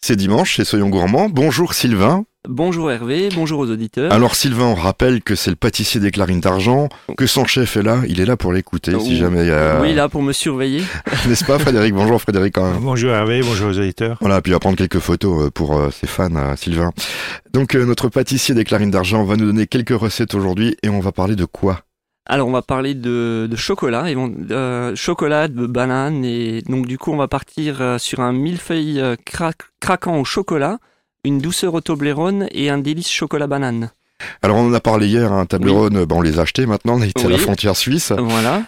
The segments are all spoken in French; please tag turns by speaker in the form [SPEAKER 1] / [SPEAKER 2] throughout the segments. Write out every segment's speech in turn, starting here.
[SPEAKER 1] C'est dimanche et Soyons Gourmands. Bonjour Sylvain.
[SPEAKER 2] Bonjour Hervé, bonjour aux auditeurs.
[SPEAKER 1] Alors Sylvain, on rappelle que c'est le pâtissier des clarines d'argent, que son chef est là, il est là pour l'écouter
[SPEAKER 2] Oh.
[SPEAKER 1] si jamais... euh,
[SPEAKER 2] Oui, là, pour me surveiller.
[SPEAKER 1] N'est-ce pas Frédéric Bonjour Frédéric quand même.
[SPEAKER 3] Bonjour Hervé, bonjour aux auditeurs.
[SPEAKER 1] Voilà, puis il va prendre quelques photos euh, pour euh, ses fans, euh, Sylvain. Donc euh, notre pâtissier des clarines d'argent va nous donner quelques recettes aujourd'hui et on va parler de quoi
[SPEAKER 2] Alors, on va parler de, de chocolat, et bon, euh, chocolat, de banane, et donc du coup, on va partir euh, sur un millefeuille euh, cra- craquant au chocolat, une douceur au Toblerone et un délice chocolat banane.
[SPEAKER 1] Alors on en a parlé hier, un
[SPEAKER 2] Oui.
[SPEAKER 1] Toblerone, euh, bah, on les a achetés maintenant, on est à la
[SPEAKER 2] Oui. Ah.
[SPEAKER 1] frontière suisse.
[SPEAKER 2] Voilà.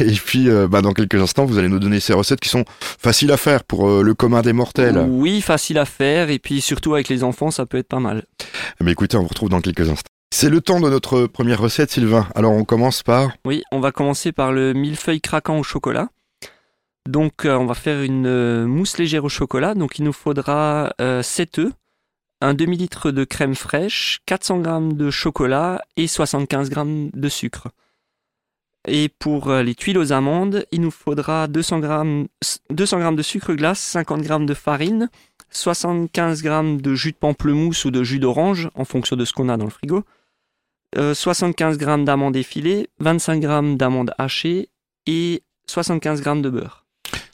[SPEAKER 1] Et puis euh, bah, dans quelques instants, vous allez nous donner ces recettes qui sont faciles à faire pour euh, le commun des mortels.
[SPEAKER 2] Oui, facile à faire, et puis surtout avec les enfants, ça peut être pas mal.
[SPEAKER 1] Mais Eh ben, écoutez, on vous retrouve dans quelques instants. C'est le temps de notre première recette, Sylvain. Alors on commence par...
[SPEAKER 2] Oui, on va commencer par le millefeuille craquant au chocolat. Donc, euh, on va faire une euh, mousse légère au chocolat. Donc, il nous faudra 7 œufs, un demi-litre de crème fraîche, 400 g de chocolat et 75 g de sucre. Et pour euh, les tuiles aux amandes, il nous faudra 200 g, 200 g de sucre glace, 50 g de farine, 75 g de jus de pamplemousse ou de jus d'orange, en fonction de ce qu'on a dans le frigo, euh, 75 g d'amandes effilées, 25 g d'amandes hachées et 75 g de beurre.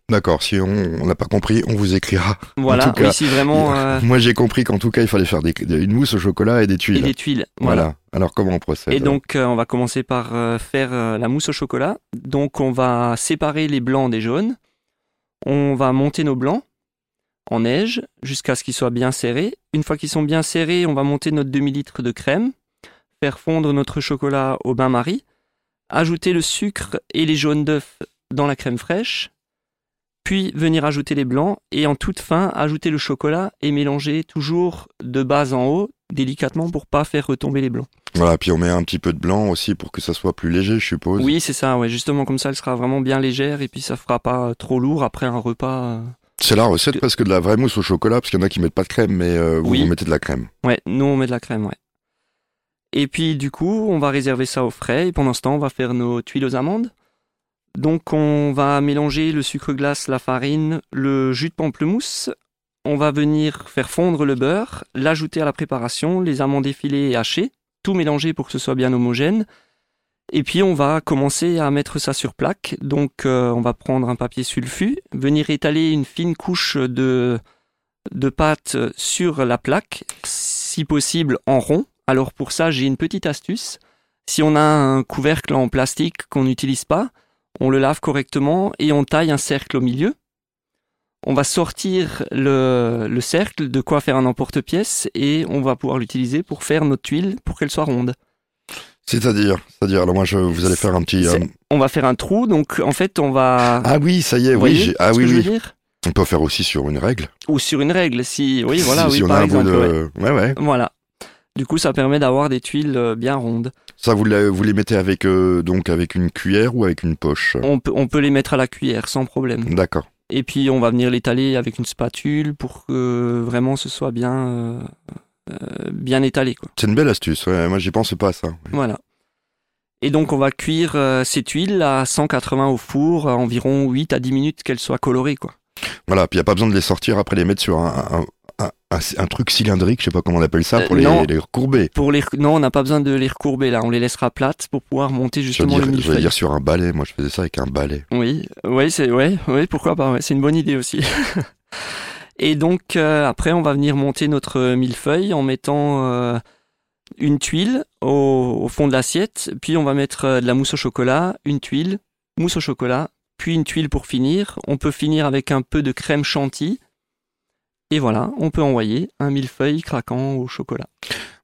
[SPEAKER 1] D'accord, si on on n'a pas compris, on vous écrira.
[SPEAKER 2] Voilà,
[SPEAKER 1] tout cas,
[SPEAKER 2] oui, si vraiment euh,
[SPEAKER 1] Moi j'ai compris qu'en tout cas il fallait faire des, des- une mousse au chocolat et des
[SPEAKER 2] et
[SPEAKER 1] tuiles.
[SPEAKER 2] des tuiles.
[SPEAKER 1] voilà.
[SPEAKER 2] Voilà.
[SPEAKER 1] Alors comment on procède
[SPEAKER 2] Et donc euh, on va commencer par euh, faire euh, la mousse au chocolat. Donc on va séparer les blancs des jaunes. On va monter nos blancs en neige jusqu'à ce qu'ils soient bien serrés. Une fois qu'ils sont bien serrés, on va monter notre demi-litre de crème, faire fondre notre chocolat au bain-marie, ajouter le sucre et les jaunes d'œufs dans la crème fraîche, puis venir ajouter les blancs et en toute fin ajouter le chocolat et mélanger toujours de bas en haut délicatement pour pas faire retomber les blancs.
[SPEAKER 1] Voilà, puis on met un petit peu de blanc aussi pour que ça soit plus léger, je suppose.
[SPEAKER 2] Oui, c'est ça, ouais. justement comme ça, elle sera vraiment bien légère et puis ça fera pas euh, trop lourd après un repas. euh.
[SPEAKER 1] C'est la recette parce que de la vraie mousse au chocolat, parce qu'il y en a qui mettent pas de crème, mais euh, vous,
[SPEAKER 2] Oui.
[SPEAKER 1] vous mettez de la crème.
[SPEAKER 2] Ouais, nous on met de la crème, ouais. Et puis du coup, on va réserver ça au frais et pendant ce temps, on va faire nos tuiles aux amandes. Donc on va mélanger le sucre glace, la farine, le jus de pamplemousse. On va venir faire fondre le beurre, l'ajouter à la préparation, les amandes effilées et hachées, tout mélanger pour que ce soit bien homogène. Et puis on va commencer à mettre ça sur plaque. Donc euh, on va prendre un papier sulfu, venir étaler une fine couche de de pâte sur la plaque, si possible en rond. Alors pour ça, j'ai une petite astuce. Si on a un couvercle en plastique qu'on n'utilise pas, on le lave correctement et on taille un cercle au milieu. On va sortir le, le cercle, de quoi faire un emporte-pièce, et on va pouvoir l'utiliser pour faire notre tuile pour qu'elle soit ronde.
[SPEAKER 1] C'est-à-dire, c'est-à-dire, alors moi je, vous allez faire un petit. euh,
[SPEAKER 2] C'est- On va faire un trou, donc en fait on va...
[SPEAKER 1] Ah oui, ça y est,
[SPEAKER 2] Vous
[SPEAKER 1] oui,
[SPEAKER 2] voyez
[SPEAKER 1] j'ai- ah
[SPEAKER 2] ce
[SPEAKER 1] oui,
[SPEAKER 2] que je veux
[SPEAKER 1] oui.
[SPEAKER 2] dire
[SPEAKER 1] On peut faire aussi sur une règle.
[SPEAKER 2] Ou sur une règle, si... Oui,
[SPEAKER 1] Si-
[SPEAKER 2] voilà,
[SPEAKER 1] si
[SPEAKER 2] oui,
[SPEAKER 1] on
[SPEAKER 2] par
[SPEAKER 1] a un bout
[SPEAKER 2] exemple. ouais.
[SPEAKER 1] de, ouais, ouais.
[SPEAKER 2] Voilà. Du coup, ça permet d'avoir des tuiles euh, bien rondes.
[SPEAKER 1] Ça, vous, la- vous les mettez avec euh, donc avec une cuillère ou avec une poche.
[SPEAKER 2] On peut, on peut les mettre à la cuillère sans problème.
[SPEAKER 1] D'accord.
[SPEAKER 2] Et puis, on va venir l'étaler avec une spatule pour que vraiment ce soit bien, euh, euh, bien étalé. Quoi.
[SPEAKER 1] C'est une belle astuce. ouais, moi, j'y pense pas à ça.
[SPEAKER 2] Voilà. Et donc, on va cuire euh, ces tuiles à 180 au four, à environ 8 à 10 minutes qu'elles soient colorées. Quoi.
[SPEAKER 1] Voilà. Puis il y a pas besoin de les sortir après les mettre sur un, un, un- un- un truc cylindrique, je sais pas comment on appelle ça,
[SPEAKER 2] Euh,
[SPEAKER 1] pour les,
[SPEAKER 2] non.
[SPEAKER 1] les recourber.
[SPEAKER 2] Pour les... rec- Non, on n'a pas besoin de les recourber là, on les laissera plates pour pouvoir monter
[SPEAKER 1] Je veux
[SPEAKER 2] justement
[SPEAKER 1] dire,
[SPEAKER 2] le
[SPEAKER 1] je veux
[SPEAKER 2] millefeuille.
[SPEAKER 1] dire sur un balai. Moi, je faisais ça avec un balai.
[SPEAKER 2] Oui, ouais, c'est ouais, ouais, pourquoi pas, ouais, c'est une bonne idée aussi. Et donc euh, après, on va venir monter notre euh, millefeuille en mettant euh, une tuile au, au fond de l'assiette, puis on va mettre euh, de la mousse au chocolat, une tuile, mousse au chocolat, puis une tuile pour finir. On peut finir avec un peu de crème chantilly. Et voilà, on peut envoyer un millefeuille craquant au chocolat.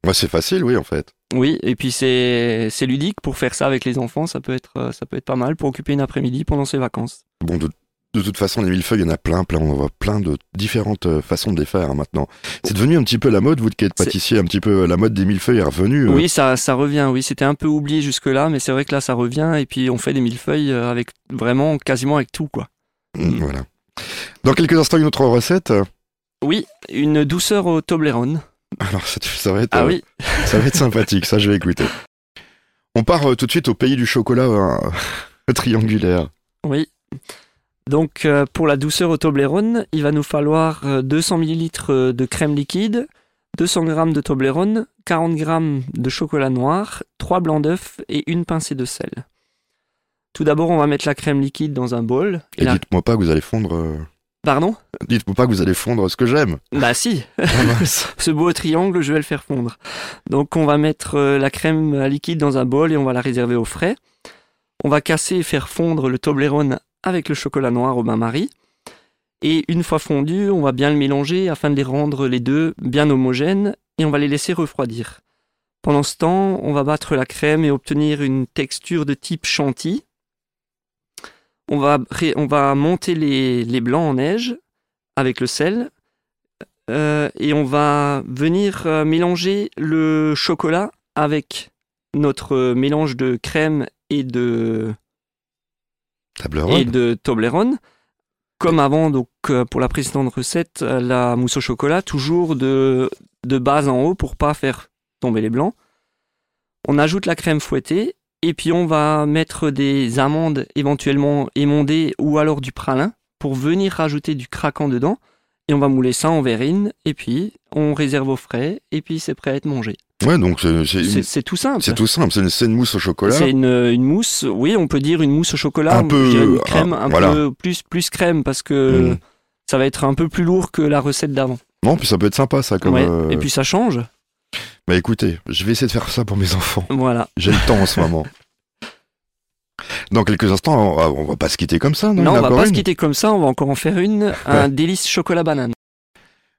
[SPEAKER 1] Moi, c'est facile, oui, en fait.
[SPEAKER 2] Oui, et puis c'est c'est ludique pour faire ça avec les enfants, ça peut être euh, ça peut être pas mal pour occuper une après-midi pendant ses vacances.
[SPEAKER 1] Bon, de, de toute façon, les millefeuilles, il y en a plein, plein. On voit plein de différentes euh, façons de les faire hein, maintenant. C'est devenu un petit peu la mode, vous qui êtes
[SPEAKER 2] C'est-
[SPEAKER 1] pâtissier, un petit peu euh, la mode des millefeuilles est revenue. euh,
[SPEAKER 2] Oui, ça, ça revient. Oui, c'était un peu oublié jusque-là, mais c'est vrai que là, ça revient. Et puis, on fait des millefeuilles euh, avec vraiment quasiment avec tout, quoi.
[SPEAKER 1] mm, Voilà. Dans quelques instants, une autre recette.
[SPEAKER 2] Oui, une douceur au Toblerone.
[SPEAKER 1] Alors, ça, ça va être.
[SPEAKER 2] Ah
[SPEAKER 1] euh,
[SPEAKER 2] oui,
[SPEAKER 1] Ça va être sympathique, ça je vais écouter. On part euh, tout de suite au pays du chocolat euh, triangulaire.
[SPEAKER 2] oui. Donc euh, pour la douceur au Toblerone, il va nous falloir euh, 200 ml euh, de crème liquide, 200 g de Toblerone, 40 g de chocolat noir, 3 blancs d'œufs et une pincée de sel. Tout d'abord, on va mettre la crème liquide dans un bol.
[SPEAKER 1] Et
[SPEAKER 2] la-
[SPEAKER 1] dites-moi pas que vous allez fondre. euh,
[SPEAKER 2] Pardon
[SPEAKER 1] Dites-moi pas que vous allez fondre ce que j'aime.
[SPEAKER 2] Bah si
[SPEAKER 1] Ah, mince.
[SPEAKER 2] ce beau triangle, je vais le faire fondre. Donc on va mettre euh, la crème à liquide dans un bol et on va la réserver au frais. On va casser et faire fondre le Toblerone avec le chocolat noir au bain-marie. Et une fois fondu, on va bien le mélanger afin de les rendre les deux bien homogènes et on va les laisser refroidir. Pendant ce temps, on va battre la crème et obtenir une texture de type chantilly. On va, ré- on va monter les- les blancs en neige avec le sel euh, et on va venir euh, mélanger le chocolat avec notre euh, mélange de crème et de, et
[SPEAKER 1] Toblerone.
[SPEAKER 2] de Toblerone. Comme avant, donc euh, pour la précédente recette, euh, la mousse au chocolat, toujours de, de base en haut pour pas faire tomber les blancs. On ajoute la crème fouettée et puis on va mettre des amandes éventuellement émondées ou alors du pralin pour venir rajouter du craquant dedans. Et on va mouler ça en verrine et puis on réserve au frais et puis c'est prêt à être mangé.
[SPEAKER 1] Ouais, donc c'est- c'est une-
[SPEAKER 2] C'est c'est tout simple.
[SPEAKER 1] c'est tout simple. C'est une, c'est une mousse au chocolat.
[SPEAKER 2] C'est une, une mousse, oui, on peut dire une mousse au chocolat,
[SPEAKER 1] Un
[SPEAKER 2] je
[SPEAKER 1] peu-
[SPEAKER 2] dirais une crème,
[SPEAKER 1] ah,
[SPEAKER 2] un
[SPEAKER 1] voilà.
[SPEAKER 2] peu plus, plus crème, parce que
[SPEAKER 1] Mm.
[SPEAKER 2] ça va être un peu plus lourd que la recette d'avant.
[SPEAKER 1] Non, puis ça peut être sympa ça. Comme,
[SPEAKER 2] Ouais.
[SPEAKER 1] euh,
[SPEAKER 2] Et puis ça change,
[SPEAKER 1] Bah écoutez, je vais essayer de faire ça pour mes enfants.
[SPEAKER 2] voilà.
[SPEAKER 1] J'ai le temps en ce moment. Dans quelques instants, on va, on va pas se quitter comme ça. Non,
[SPEAKER 2] Non,
[SPEAKER 1] Il y en
[SPEAKER 2] on
[SPEAKER 1] a
[SPEAKER 2] va
[SPEAKER 1] encore
[SPEAKER 2] pas se
[SPEAKER 1] une.
[SPEAKER 2] quitter comme ça, on va encore en faire une, un délice chocolat banane.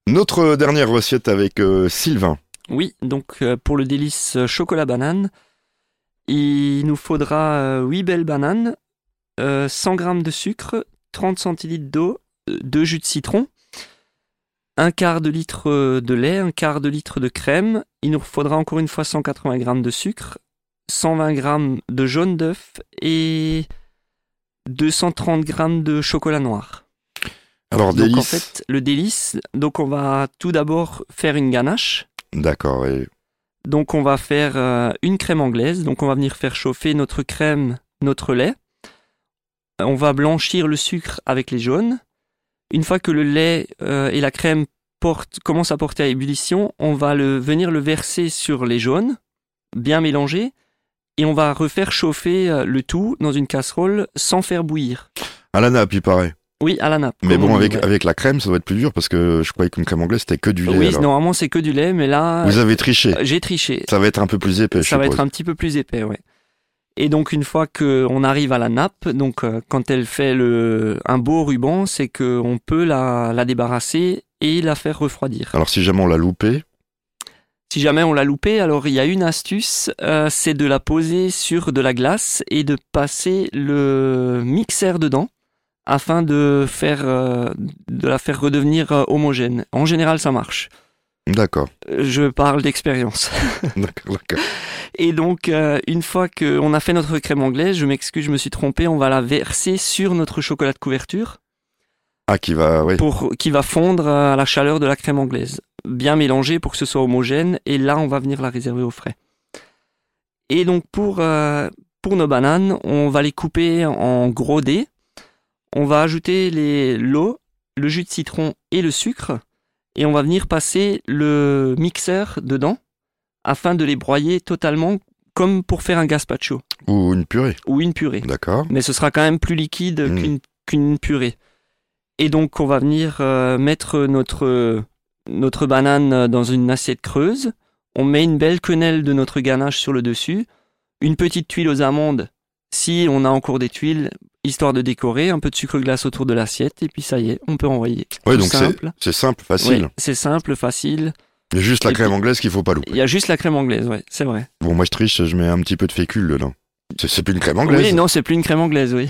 [SPEAKER 1] Notre dernière recette avec euh, Sylvain.
[SPEAKER 2] Oui, donc euh, pour le délice euh, chocolat banane, il nous faudra 8 belles bananes, euh, 100 g de sucre, 30 centilitres d'eau, 2 jus de citron, un quart de litre euh, de lait, un quart de litre de crème. Il nous faudra encore une fois 180 g de sucre, 120 g de jaune d'œuf et 230 g de chocolat noir.
[SPEAKER 1] Alors
[SPEAKER 2] donc
[SPEAKER 1] délice.
[SPEAKER 2] en fait, le délice, donc on va tout d'abord faire une ganache.
[SPEAKER 1] D'accord. Et...
[SPEAKER 2] Donc on va faire euh, une crème anglaise. Donc on va venir faire chauffer notre crème, notre lait. Euh, On va blanchir le sucre avec les jaunes. Une fois que le lait euh, et la crème portent, commencent à porter à ébullition, on va le, venir le verser sur les jaunes, bien mélanger, et on va refaire chauffer euh, le tout dans une casserole sans faire bouillir.
[SPEAKER 1] À la nappe, il paraît.
[SPEAKER 2] Oui, à la nappe.
[SPEAKER 1] Mais
[SPEAKER 2] comme on
[SPEAKER 1] bon,
[SPEAKER 2] dit,
[SPEAKER 1] avec,
[SPEAKER 2] ouais.
[SPEAKER 1] avec la crème, ça doit être plus dur parce que je croyais qu'une crème anglaise, c'était que du lait.
[SPEAKER 2] Oui,
[SPEAKER 1] alors.
[SPEAKER 2] normalement c'est que du lait, mais là,
[SPEAKER 1] Vous avez triché.
[SPEAKER 2] euh, j'ai triché.
[SPEAKER 1] Ça va être un peu plus épais, je
[SPEAKER 2] ça va
[SPEAKER 1] suppose.
[SPEAKER 2] être un petit peu plus épais, ouais. Et donc une fois que on arrive à la nappe, donc euh, quand elle fait le, un beau ruban, c'est que on peut la, la débarrasser et la faire refroidir.
[SPEAKER 1] Alors si jamais on l'a loupé,
[SPEAKER 2] Si jamais on l'a loupée, alors il y a une astuce, euh, c'est de la poser sur de la glace et de passer le mixeur dedans afin de faire euh, de la faire redevenir euh, homogène. En général, ça marche.
[SPEAKER 1] d'accord.
[SPEAKER 2] Euh, Je parle d'expérience.
[SPEAKER 1] d'accord, d'accord.
[SPEAKER 2] Et donc, euh, une fois qu'on a fait notre crème anglaise, je m'excuse, je me suis trompé, on va la verser sur notre chocolat de couverture
[SPEAKER 1] Ah, qui va, oui.
[SPEAKER 2] pour qui va fondre à la chaleur de la crème anglaise. Bien mélangé pour que ce soit homogène, et là, on va venir la réserver au frais. Et donc, pour, euh, pour nos bananes, on va les couper en gros dés. On va ajouter les- l'eau, le jus de citron et le sucre, et on va venir passer le mixeur dedans afin de les broyer totalement comme pour faire un gazpacho
[SPEAKER 1] Ou une purée.
[SPEAKER 2] ou une purée.
[SPEAKER 1] D'accord.
[SPEAKER 2] Mais ce sera quand même plus liquide
[SPEAKER 1] Mm.
[SPEAKER 2] qu'une qu'une purée. Et donc on va venir euh, mettre notre, notre banane dans une assiette creuse. On met une belle quenelle de notre ganache sur le dessus. Une petite tuile aux amandes, si on a encore des tuiles, histoire de décorer. Un peu de sucre glace autour de l'assiette. Et puis ça y est, on peut envoyer.
[SPEAKER 1] Ouais,
[SPEAKER 2] Tout
[SPEAKER 1] donc c'est-
[SPEAKER 2] simple.
[SPEAKER 1] C'est simple,
[SPEAKER 2] Ouais,
[SPEAKER 1] facile.
[SPEAKER 2] c'est simple, facile.
[SPEAKER 1] Il y a juste la
[SPEAKER 2] Et
[SPEAKER 1] crème anglaise qu'il faut pas louper.
[SPEAKER 2] Il y a juste la crème anglaise, ouais, c'est vrai.
[SPEAKER 1] Bon, moi je triche, je mets un petit peu de fécule dedans. C'est- C'est plus une crème anglaise.
[SPEAKER 2] Oui, non, c'est plus une crème anglaise, oui.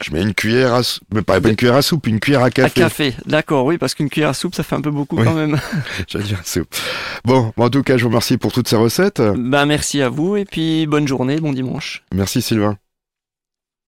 [SPEAKER 1] Je mets une cuillère à soupe. Mais pas pas une cuillère à soupe, une cuillère à café.
[SPEAKER 2] À café, d'accord, oui, parce qu'une cuillère à soupe, ça fait un peu beaucoup
[SPEAKER 1] Oui.
[SPEAKER 2] quand même.
[SPEAKER 1] J'allais dire soupe. Bon, en
[SPEAKER 2] Mm.
[SPEAKER 1] tout cas, je vous remercie pour toutes ces recettes.
[SPEAKER 2] Bah merci à vous et puis bonne journée, bon dimanche.
[SPEAKER 1] Merci Sylvain.